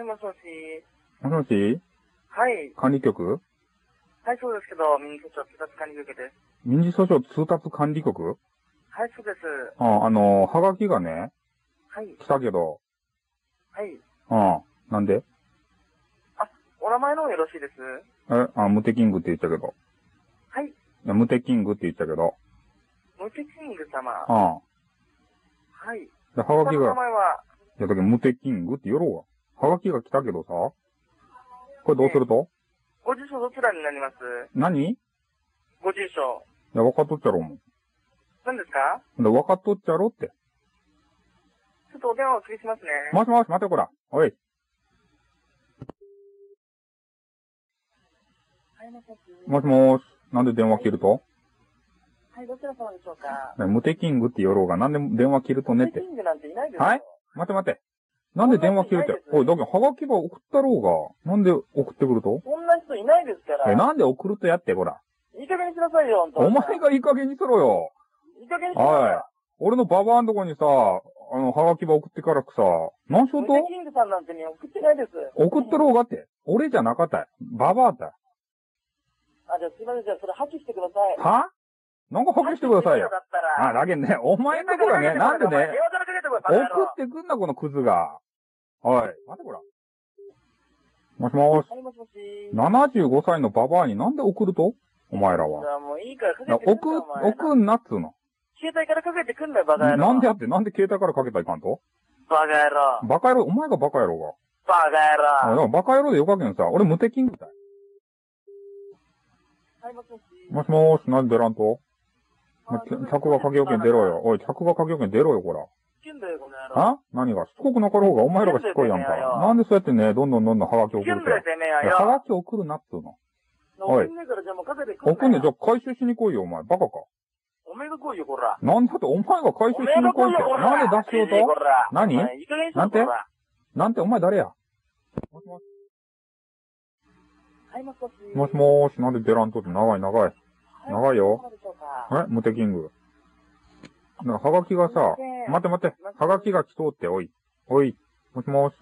い、もしもし。もしもしはい。管理局はい、そうですけど、民事訴訟、通達管理受けです。民事訴訟通達管理局はい、そうです。あ、あの、はがきがね、はい、来たけど、はい。うん。なんでお名前の方よろしいですえ、あ、ムテキングって言ったけど。はい。いやムテキングって言ったけど。ムテキング様。うはん。い。で、はがきお名が、前は、いやだけどムテキングって言ろうわ。はがきが来たけどさ。これどうするとご住所どちらになります何いご住所。や、分かっとっちゃろ、も何ですかう。で、分かっとっちゃろって。ちょっとお電話お切りしますね。もしもし、待てこら。おい。はい、もしもし。もしもーし。なんで電話切るとはい、どちら様でしょうかねムテキングって言ろうが、なんで電話切るとねっムてテ。キングなんていないですよ。はい待て待て。なんで電話切るってそんな。ことおないい、だけど、はがきが送ったろうが。なんで送ってくるとそんな人いないですから。え、なんで送るとやって、こら。いい加減にしなさいよ、お本当前。がいい加減にしろよ。いい加減にしなさいはい。俺のババアんとこにさ、あの、はがきば送ってからくさ、何しようムとテキングさんなんてに送ってないです。送ったろうがって。俺じゃなかったい。ババアだ。あ、じゃあすいません、じゃあそれ破棄してください。はなんかはけしてくださいよ。だったらあ、だけどね、お前んとこがね、なんでね、電話からかけてこい、バ送カ野郎。ってくんな、このクズが。はい。待て、こら。もしもーし。はい、もしもし。 75歳のババアになんで送るとお前らはじ。ゃあもういいからかけなてくん置だく、よ、お前置くんなっつうの。携帯からかけてくんだよ、バカ野郎。なんでやって、なんで携帯からかけたらいかんとバカ野郎。バカ野郎、お前がバカ野郎バカが。野郎。だからバカ野郎でよかけんさ、俺無敵キングだよ。はい、もしもし。もしもーし、なんで出らんとあ客が掛けよけん出ろよ。。おい、客が掛けよけん出ろよ、こら。つけんだよ、この野郎。あ何がしつこくなかろうが、お前らがしつこいやんかつけんだよ。なんでそうやってね、どんどんどんどんハガキつ送けるんとだよ、てめえはいやハよ。ガキ送るなっつうの。送んねえから、じゃあもうかけてくんだよ。送んねじゃあ回収しに来いよ、お前。バカか。おめえが来いよ、こら。なんだって、お前が回お収しめえにが来来いいっよ、こて。ら。なんで出しようと何お前いい加減にしろなんてこらなんて、お前誰やはい、もしもし。もしもーし、なんで出らんとって長い長い。はい。長いよそうでしょうかえムテキング。な、はがきがさすいませ、ん待って待って、はがきが来そうって、おい。おい。もしもーし。